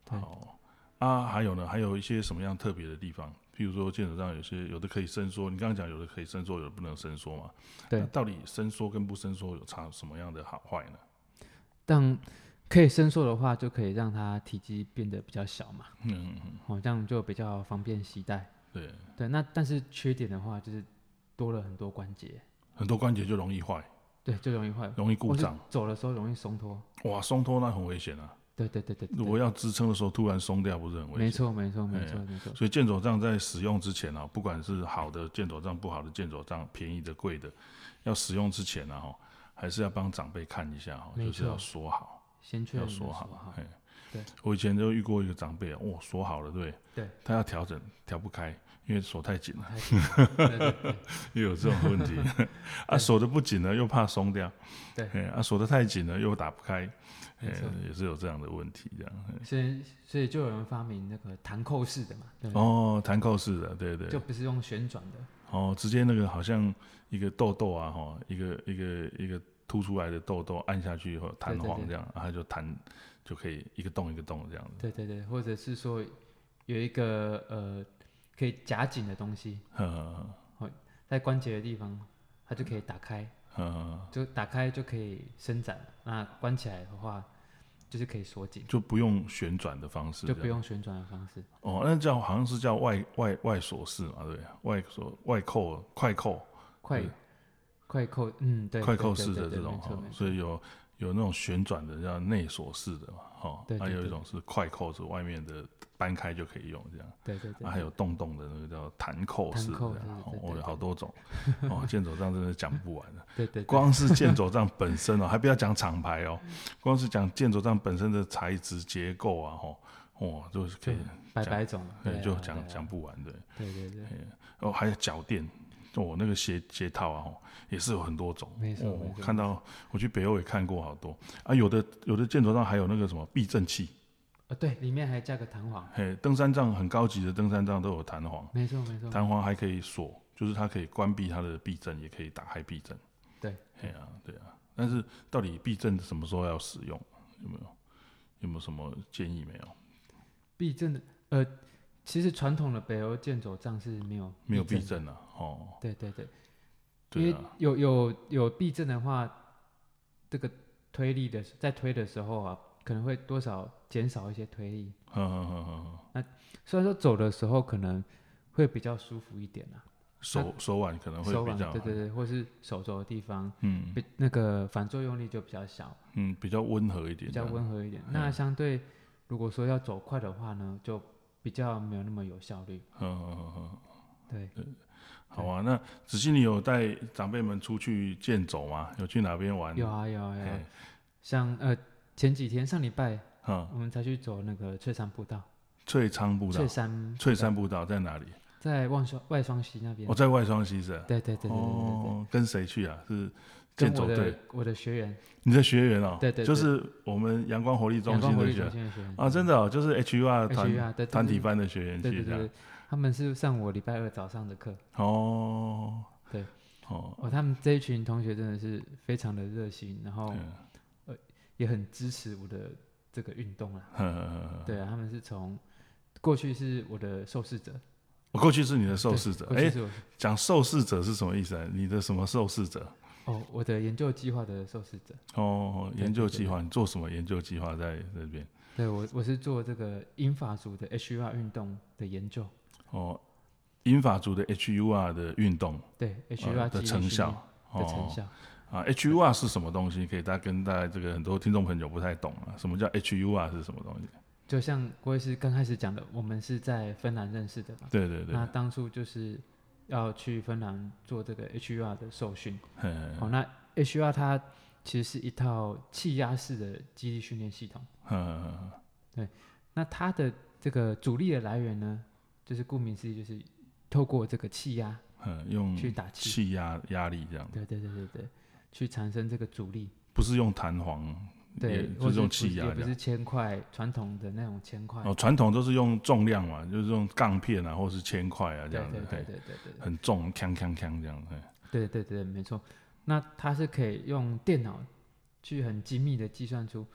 C: 对
B: 好啊，还有呢，还有一些什么样特别的地方？譬如说，建筑上有些有的可以伸缩，你刚刚讲有的可以伸缩，有的不能伸缩嘛？
C: 对
B: 那到底伸缩跟不伸缩有差什么样的好坏呢？
C: 但可以伸缩的话，就可以让它体积变得比较小嘛，
B: 嗯，嗯嗯
C: 哦，这样就比较方便携带。
B: 对，
C: 对，那但是缺点的话就是多了很多关节，
B: 很多关节就容易坏，
C: 对，就容易坏，
B: 容易故
C: 或是
B: 障。
C: 走的时候容易松脱。
B: 哇，松脱那很危险啊！
C: 对对对对对
B: 如果
C: 对，
B: 要支撑的时候突然松掉，不是很危险？
C: 没。错没错没
B: 哎
C: 错没错，
B: 所以箭手杖在使用之前啊，不管是好的箭手杖、不好的箭手杖、便宜的、贵的，要使用之前啊，吼还是要帮长辈看一下哈，
C: 没
B: 就是要
C: 错
B: 说好，
C: 先确
B: 要
C: 认的
B: 说
C: 说
B: 好。
C: 好
B: 嘿，
C: 对
B: 我以前就遇过一个长辈啊，哦，锁好了，对，
C: 对，
B: 他要调整，调不开，因为锁太紧了，
C: 对对
B: *laughs*
C: 对
B: 也有这种问
C: *laughs*
B: 题。啊，锁的不紧呢，又怕松掉，
C: 对
B: 嘿，啊，锁的太紧了，又打不开，
C: 没
B: 嘿
C: 错
B: 也是有这样的问题，这样。嘿
C: 所以所以就有人发明那个弹扣式的嘛，对不对，
B: 哦，弹扣式的，对对，
C: 就不是用旋转的，
B: 哦，直接那个好像一个痘痘啊，哈，一个一个一个凸出来的痘痘，按下去以后弹
C: 对对
B: 簧
C: 对
B: 这样，然后它就弹就可以一个洞一个洞这样子。
C: 对对对，或者是说有一个呃可以夹紧的东西
B: 呵呵
C: 在关节的地方，它就可以打开，
B: 呵呃，
C: 就打开就可以伸展，那关起来的话就是可以缩紧，
B: 就不用旋转的方式，
C: 就不用旋转的方式。
B: 哦，那叫好像是叫外外外锁式嘛，对不对，外锁外扣快扣
C: 快
B: 对
C: 快扣，嗯，对，
B: 快
C: 对
B: 扣
C: 对
B: 式
C: 对
B: 的
C: 对
B: 这种哦
C: 没错
B: 哈
C: 没，错
B: 所以有有那种旋转的叫内锁式的嘛，哈，
C: 对
B: 还
C: 对
B: 有一
C: 对
B: 种是快扣是外面的哦搬开就可以用这样。
C: 对对对
B: 啊，还有洞洞的那个叫弹扣
C: 弹
B: 式的
C: 扣
B: 这
C: 式
B: 样，哦
C: 对对
B: 哦，有
C: 对
B: 好多种哦，剑走杖真的讲不
C: *laughs*
B: 完的。
C: 对对，对
B: 光是剑走杖本身哦，还不要讲厂牌哦，光是讲剑走杖本身的材质结构啊，吼哦，就是可以，
C: 百
B: 讲
C: 百种了，
B: 对，
C: 对
B: 就
C: 啊
B: 讲，讲
C: 对啊
B: 不完的。对
C: 对对对，
B: 哦，还有脚垫，哦，那个鞋鞋套啊，哦，也是有很多种。
C: 没错
B: 哦
C: 没
B: 我
C: 错
B: 看到我去北欧也看过好多啊，有的有的剑走杖还有那个什么避震器，
C: 啊对，里面还加个弹簧，
B: 嘿，登山杖很高级的登山杖都有弹簧。
C: 没错没错，
B: 弹簧还可以锁，就是它可以关闭它的避震，也可以打开避震。
C: 对，
B: 哎呀、对啊。但是到底避震什么时候要使用？有没有有没有什么建议没有？
C: 避震的，呃，其实传统的北欧剑走杖是没有
B: 没有避
C: 震的，
B: 震啊，哦，
C: 对对对，因
B: 对
C: 为
B: 啊，
C: 有有有避震的话，这个推力的在推的时候啊，可能会多少减少一些推力。
B: 嗯嗯嗯嗯，
C: 虽然说走的时候可能会比较舒服一点啊，
B: 手手腕可能会
C: 手
B: 比
C: 腕
B: 较，
C: 对对对，或是手肘的地方，
B: 嗯
C: 比那个反作用力就比较小，
B: 嗯，比较温和一点，
C: 比较温
B: 和，
C: 和一点。
B: 嗯
C: 那相对如果说要走快的话呢，就比较没有那么有效率。
B: 嗯嗯嗯嗯，
C: 对，
B: 好啊。那子欣，你有带长辈们出去健走吗？有去哪边玩？
C: 有，啊有啊有啊
B: 哎，
C: 像呃前几天上礼拜
B: 嗯，
C: 我们才去走那个翠山步道，
B: 翠昌步道
C: 翠，山
B: 翠山步道在哪里？
C: 在万双外双溪那边
B: 哦，。在外双溪是吧。
C: 对对对对对对对。
B: 哦，跟谁去啊？是健
C: 跟我
B: 走队
C: 的，我的学员，
B: 你的学员哦，
C: 对对对
B: 就是我们阳光活力中
C: 阳光
B: 心
C: 活
B: 的
C: 力
B: 学
C: 中
B: 员
C: 心的学员
B: 啊，真的哦，就是 HUR
C: ，H
B: 团
C: R 的
B: 团体，班的学员
C: 对对
B: 去
C: 对
B: 这
C: 对
B: 样，，
C: 他们是上我礼拜二早上的课，
B: 哦，
C: 对，
B: 哦，
C: 哦，他们这一群同学真的是非常的热心，然后
B: 嗯
C: 也很支持我的这个运动啦，
B: 嗯，
C: 对啊，他们是从过去是我的受试者，
B: 我过去是你的受试者，
C: 过去
B: 哎，
C: 是我
B: 讲受试者是什么意思啊？你的什么受试者？
C: 哦我的研究计划的受试者，
B: 哦，
C: 对
B: 研究
C: 对对
B: 计划，你做什么研究计划在那边？
C: 对我我是做这个英法族的 H R 运动的研究，
B: 哦，英法族的 HUR 的运动
C: 对 H
B: 呃
C: R
B: 的成效
C: 的成
B: 哦
C: 效，
B: 啊，HUR 是什么东西？可以大家跟大家这个很多听众朋友不太懂啊，什么叫 HUR 是什么东西？
C: 就像郭医师刚开始讲的，我们是在芬兰认识的嘛。
B: 对对对，
C: 那当初就是要去芬兰做这个 HR 的受训。
B: 嗯
C: 哦，那 HR 它其实是一套气压式的肌力训练系统。
B: 嗯
C: 那它的这个阻力的来源呢，就是顾名思义，就是透过这个气压
B: 嗯，用
C: 去打气。
B: 气压压力这样，
C: 对对对对对，去产生这个阻力。
B: 不是用弹簧，也
C: 对，
B: 就
C: 或
B: 是
C: 者
B: 用
C: 不是
B: 气压
C: 也
B: 这
C: 不
B: 样。
C: 是铅块，传统的那种铅块。
B: 哦，传统都是用重量嘛，就是用钢片啊，或是铅块啊这
C: 对
B: 样子
C: 对，对
B: 嘿
C: 对对对。
B: 很重，锵锵锵这样，嘿
C: 对对对，没错。那它是可以用电脑去很精密的计算出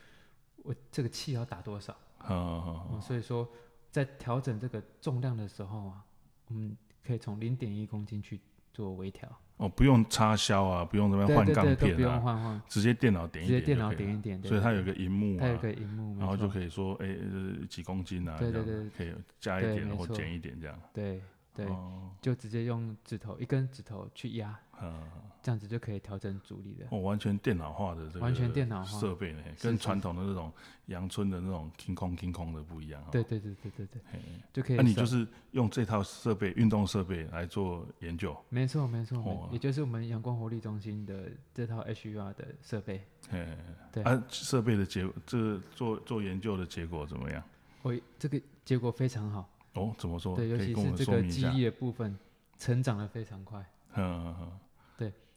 C: 我这个气要打多少、
B: 嗯
C: 嗯所以说在调整这个重量的时候啊，我们可以从零点一公斤去做微调，
B: 哦，不用插销啊，不用这边
C: 对
B: 换
C: 对
B: 钢
C: 对，都不
B: 片
C: 用
B: 啊，
C: 换换，
B: 直接电脑点
C: 直
B: 一
C: 接
B: 点，
C: 电脑点，一点，对
B: 所以它有个
C: 对
B: 荧幕
C: 它有
B: 啊，
C: 个荧幕，
B: 然后
C: 没
B: 就
C: 错
B: 可以说，哎，呃几公斤啊，
C: 对
B: 这样
C: 对对
B: 可以加一
C: 对
B: 点
C: 没
B: 或
C: 错
B: 减一点这样，
C: 对对、
B: 哦，
C: 就直接用指头一根指头去压，
B: 嗯。
C: 这样子就可以调整阻力的。
B: 哦，完全电脑化的这个
C: 完全电脑化
B: 设备呢，
C: 是
B: 跟
C: 是
B: 传统的那种阳春的那种 king kong king kong 的不一样、哦。
C: 对，对对对对对，
B: 嘿
C: 就可以
B: 那、
C: 手。
B: 你就是用这套设备，运动设备来做研究。
C: 没错，没错，没
B: 哦
C: 也就是我们阳光活力中心的这套 HUR 的设备，
B: 嘿
C: 对
B: 啊，设备的结果，这个做做研究的结果怎么样？
C: 我这个结果非常好，
B: 哦，怎么说？可
C: 对，尤
B: 以
C: 其
B: 跟我
C: 是
B: 们
C: 这
B: 说
C: 个
B: 明一
C: 记
B: 下。
C: 忆的部分，成长的非常快。
B: 嗯嗯嗯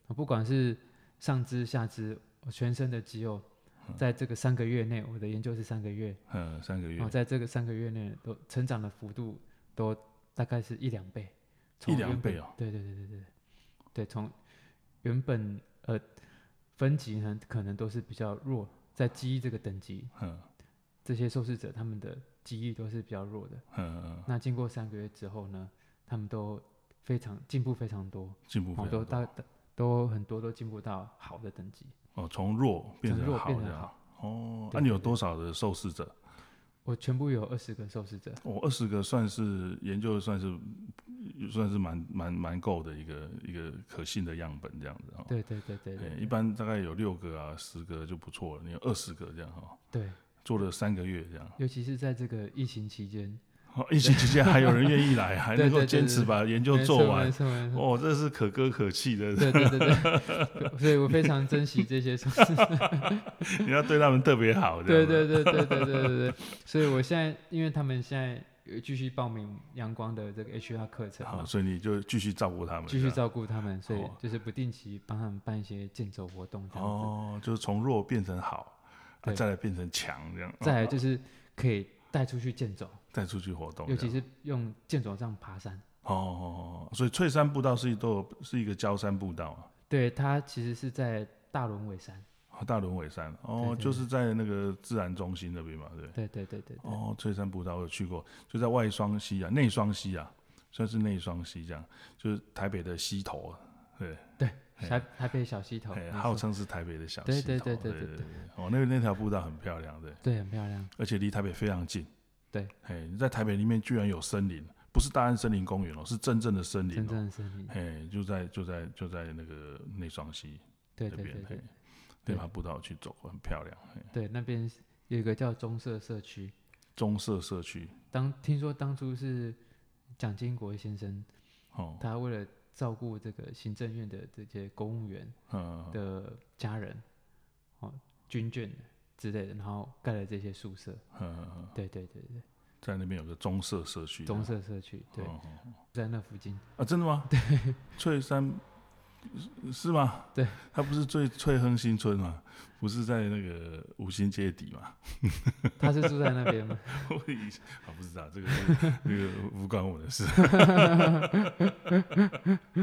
C: 不管是上肢、下肢，我全身的肌肉，在这个三个月内，我的研究是三个月，
B: 嗯，三个月
C: 然哦后，在这个三个月内都成长的幅度都大概是一两倍，从
B: 一两
C: 原本
B: 倍哦。
C: 对对对对对，对，从原本呃分级呢可能都是比较弱，在记忆这个等级，
B: 嗯
C: 这些受试者他们的记忆都是比较弱的。
B: 嗯嗯，
C: 那经过三个月之后呢，他们都非常进步非常多，
B: 进步
C: 哦，
B: 非
C: 都
B: 常
C: 大
B: 多。
C: 大都很多都进步到好的等级。
B: 哦，从弱变
C: 从
B: 成
C: 弱
B: 好
C: 变
B: 这
C: 成
B: 样
C: 好。
B: 哦，那、
C: 对
B: 你
C: 对
B: 有
C: 对
B: 多少的受试者？
C: 我全部有二十个受试者，
B: 我二十个算是研究，算是算是蛮蛮蛮够的一个一个可信的样本这样子哦。
C: 对对对对
B: 哎，
C: 对
B: 一般大概有六个啊，十个就不错了。你有二十个这样哈、哦，
C: 对，
B: 做了三个月这样。
C: 尤其是在这个疫情期间， *laughs*
B: 哦，疫情期间还有人愿意来，还能够
C: 对对对
B: 坚持
C: 对对
B: 把研究
C: 没
B: 做
C: 错
B: 完
C: 没，错没错，
B: 哦，这是可歌可泣的。
C: *laughs* 对对对
B: *laughs*
C: 对，所以我非常珍惜这些受试者。
B: 你要对他们特别好，这
C: 对
B: 样
C: 对
B: 子。
C: 对对对对对对，所以我现在因为他们现在有继续报名阳光的这个 HR 课程
B: 好，
C: 嘛，
B: 所以你就继续照顾他们，
C: 继续
B: 这样。
C: 照顾他们，所以
B: 哦
C: 就是不定期帮他们办一些健走活动这样子。
B: 哦，就是从弱变成好，啊、
C: 对
B: 再来变成强，这样。
C: 再来
B: 哦
C: 就是可以带出去健走，
B: 带出去活动这样，
C: 尤其是用健走杖爬山。
B: 哦哦哦，哦所以翠山步道是一都有是一个焦山步道啊
C: 对，它其实是在大轮尾山。
B: 啊，大轮尾山哦，
C: 对对
B: 就是在那个自然中心那边嘛，对。
C: 对对对对对，
B: 哦，翠山步道我有去过，就在外双溪啊，内双溪啊，算是内双溪这样，就是台北的溪头啊，嘿
C: 台台北小溪头，
B: 哎
C: 没
B: 号
C: 错
B: 称是台北的小溪
C: 哦对
B: 头，
C: 对
B: 对
C: 对对对
B: 对。哦，那个那条步道很漂亮，对，
C: 对，很漂亮。
B: 而且离台北非常近。
C: 对，
B: 哎，你在台北里面居然有森林，不是大安森林公园哦，是真正的森林
C: 真
B: 哦。
C: 正的森林，
B: 哎，就在就在就在那个内双溪
C: 对
B: 那
C: 对对
B: 边，
C: 对
B: 嘿，那
C: 对
B: 条步道去走，很漂亮。嘿
C: 对，那边有一个叫棕色社区，
B: 棕色社区，
C: 当听说当初是蒋经国先生，
B: 哦，
C: 他为了照顾这个行政院的这些公务员
B: 嗯，
C: 的家人，哦，军眷之类的，然后盖了这些宿舍。
B: 嗯嗯，嗯
C: 对对对对，
B: 在那边有个棕色社区，啊
C: 棕色社区，对，
B: 哦哦
C: 在那附近。
B: 啊，真的
C: *laughs*
B: 吗？对，翠山是是吗？
C: 对，
B: 它不是最翠亨新村吗？不是在那个五星街底吗？
C: 他是住在那边吗？ *laughs*
B: *laughs* 我以前啊不知道这个是 *laughs* 这个无关我的事。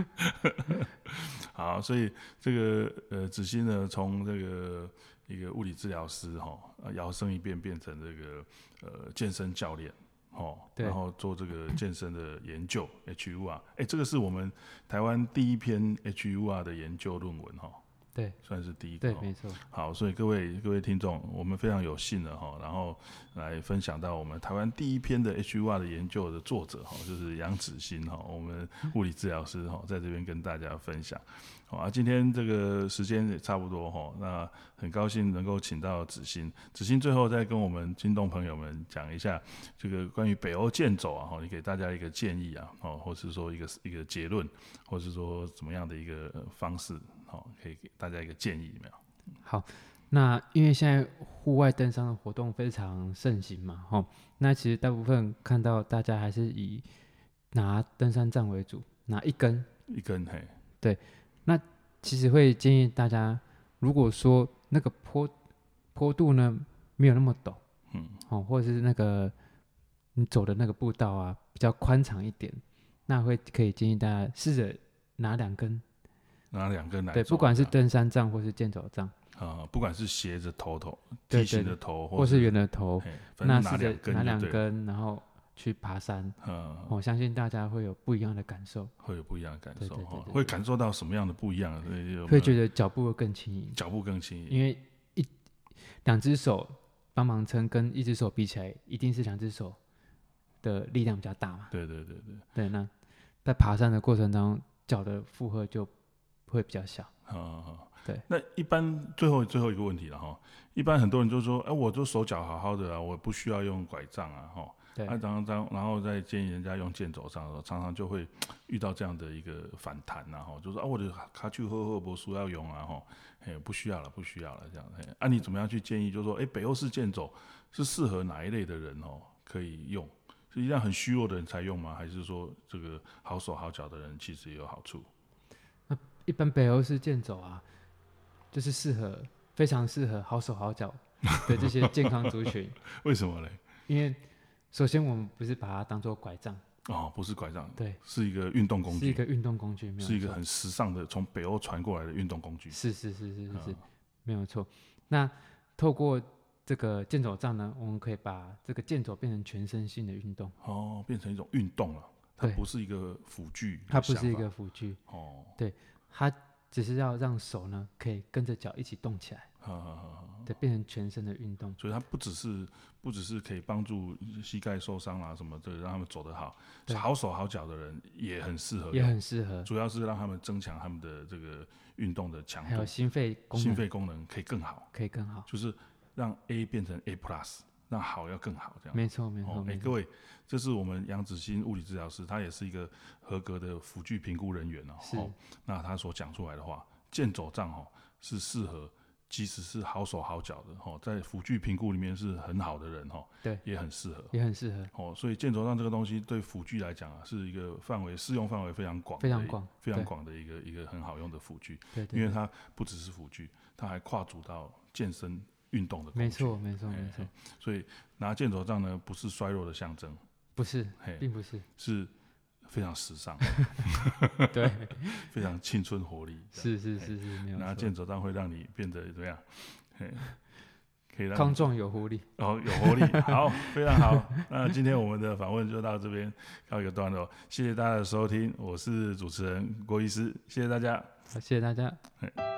B: *laughs* 好，所以这个呃，子欣呢，从这个一个物理治疗师哈、呃摇身一变变成这个呃健身教练哦，
C: 对
B: 然后做这个健身的研究 HUR，哎、这个是我们台湾第一篇 HUR 的研究论文哈、
C: 对
B: 算是第一个、
C: 对
B: 哦，
C: 没错，
B: 好，所以各位各位听众，我们非常有幸的哈，然后来分享到我们台湾第一篇的 HUR 的研究的作者哈，就是杨子欣哈，我们物理治疗师哈，在这边跟大家分享。好啊，今天这个时间也差不多哈，那很高兴能够请到子欣，子欣最后再跟我们听众朋友们讲一下这个关于北欧健走啊，哈，你给大家一个建议啊，哦，或是说一个一个结论，或是说怎么样的一个呃方式，好，可以给大家一个建议没有？
C: 好，那因为现在户外登山的活动非常盛行嘛，吼，那其实大部分看到大家还是以拿登山杖为主，拿一根
B: 一根嘿，
C: 其实会建议大家，如果说那个坡坡度呢没有那么陡，
B: 嗯，
C: 哦，或者是那个你走的那个步道啊比较宽敞一点，那会可以建议大家试着拿两根，
B: 拿两根来
C: 对，
B: 做
C: 不管是
B: 这样
C: 登山杖或是健走杖，
B: 啊、不管是斜着头头
C: 对
B: 梯
C: 对
B: 形
C: 对
B: 的头，
C: 或是圆的头，
B: 嘿反
C: 那
B: 正拿
C: 试
B: 两
C: 着
B: 根
C: 拿
B: 就
C: 两
B: 对了，
C: 根，然后去爬山，
B: 嗯，
C: 我、相信大家会有不一样的感受，
B: 会有不一样的感
C: 对
B: 受
C: 对对
B: 哈，
C: 对
B: 会
C: 对
B: 感受到什么样的不一样？所以有没
C: 会
B: 有
C: 觉得脚步会更轻盈，
B: 脚步更轻盈，
C: 因为一两只手帮忙撑跟一只手比起来，一定是两只手的力量比较大嘛。
B: 对对对对，
C: 对，那在爬山的过程当中，脚的负荷就会比较小。
B: 啊、啊
C: 对。
B: 那一般最后最后一个问题了哈，一般很多人就说，哎、我就手脚好好的啊，我不需要用拐杖啊，哈，
C: 对，
B: 啊，然后然后然后再建议人家用健走杖的时候，常常就会遇到这样的一个反弹呐、啊，吼，就是啊，我的卡去喝喝博叔要用啊，吼，哎，不需要了，不需要了，这样，哎，啊，你怎么样去建议？就是说，哎，北欧式健走是适合哪一类的人哦，可以用？是一样很虚弱的人才用吗？还是说这个好手好脚的人其实也有好处？
C: 一般北欧式健走啊，就是适合非常适合好手好
B: *laughs*
C: 脚的这些健康族群，
B: 为什么嘞？
C: 因为首先我们不是把它当做拐杖，
B: 哦，不是拐杖，
C: 对，
B: 是一个运动工
C: 是一
B: 具，
C: 个运动工具，没有
B: 是一个
C: 错
B: 很时尚的从北欧传过来的运动工具。
C: 是是是是是是
B: 嗯，
C: 没有错。那透过这个健走杖呢，我们可以把这个健走变成全身性的运动，
B: 哦，变成一种运动了。它
C: 对
B: 不是一个辅具的想法，
C: 它不是一个辅具，
B: 哦，
C: 它只是要让手呢可以跟着脚一起动起来，
B: 好好好好。
C: 对，变成全身的运动。
B: 所以它不只是不只是可以帮助膝盖受伤啦、什么的，让他们走得好，
C: 对
B: 好手好脚的人也很适合
C: 也
B: 用，
C: 很适合，
B: 主要是让他们增强他们的这个运动的强
C: 还有
B: 度，
C: 心肺功
B: 心
C: 能
B: 肺功能可以更好，
C: 可以更好。
B: 就是让 A 变成 A plus，让好要更好这样。
C: 没错，没错，
B: 哦，哎、
C: 没
B: 各
C: 错。
B: 位，这是我们杨子欣物理治疗师，他也是一个合格的辅具评估人员哦。
C: 是
B: 哦那他所讲出来的话，健走杖哦是适合，即使是好手好脚的哦，在辅具评估里面是很好的人哦，
C: 对
B: 也很适合。
C: 也很适合，
B: 哦，所以健走杖这个东西对辅具来讲啊，是一个范围适用范围非常广的
C: 非
B: 一，
C: 常广，
B: 非常
C: 对
B: 广的一个一个很好用的辅具，
C: 对
B: 因
C: 对，
B: 为
C: 对
B: 它不只是辅具，它还跨足到健身运动的工具。
C: 没错，没错，没
B: 嘿
C: 错，
B: 所以拿健走杖呢，不是衰弱的象征，
C: 不是，
B: 嘿，*laughs*
C: 并不是，
B: 是非常时尚、
C: 对，
B: 非常青春活力。这样
C: 是是是是，没有
B: 拿
C: 错。
B: 哎健走杖会让你变得怎么样？嘿可以让
C: 康
B: 你
C: 壮有活力，
B: 哦有活力，好，非常好。那今天我们的访问就到这边告一个段落，谢谢大家的收听，我是主持人郭医师，谢谢大家。
C: 好，谢谢大家。
B: 嘿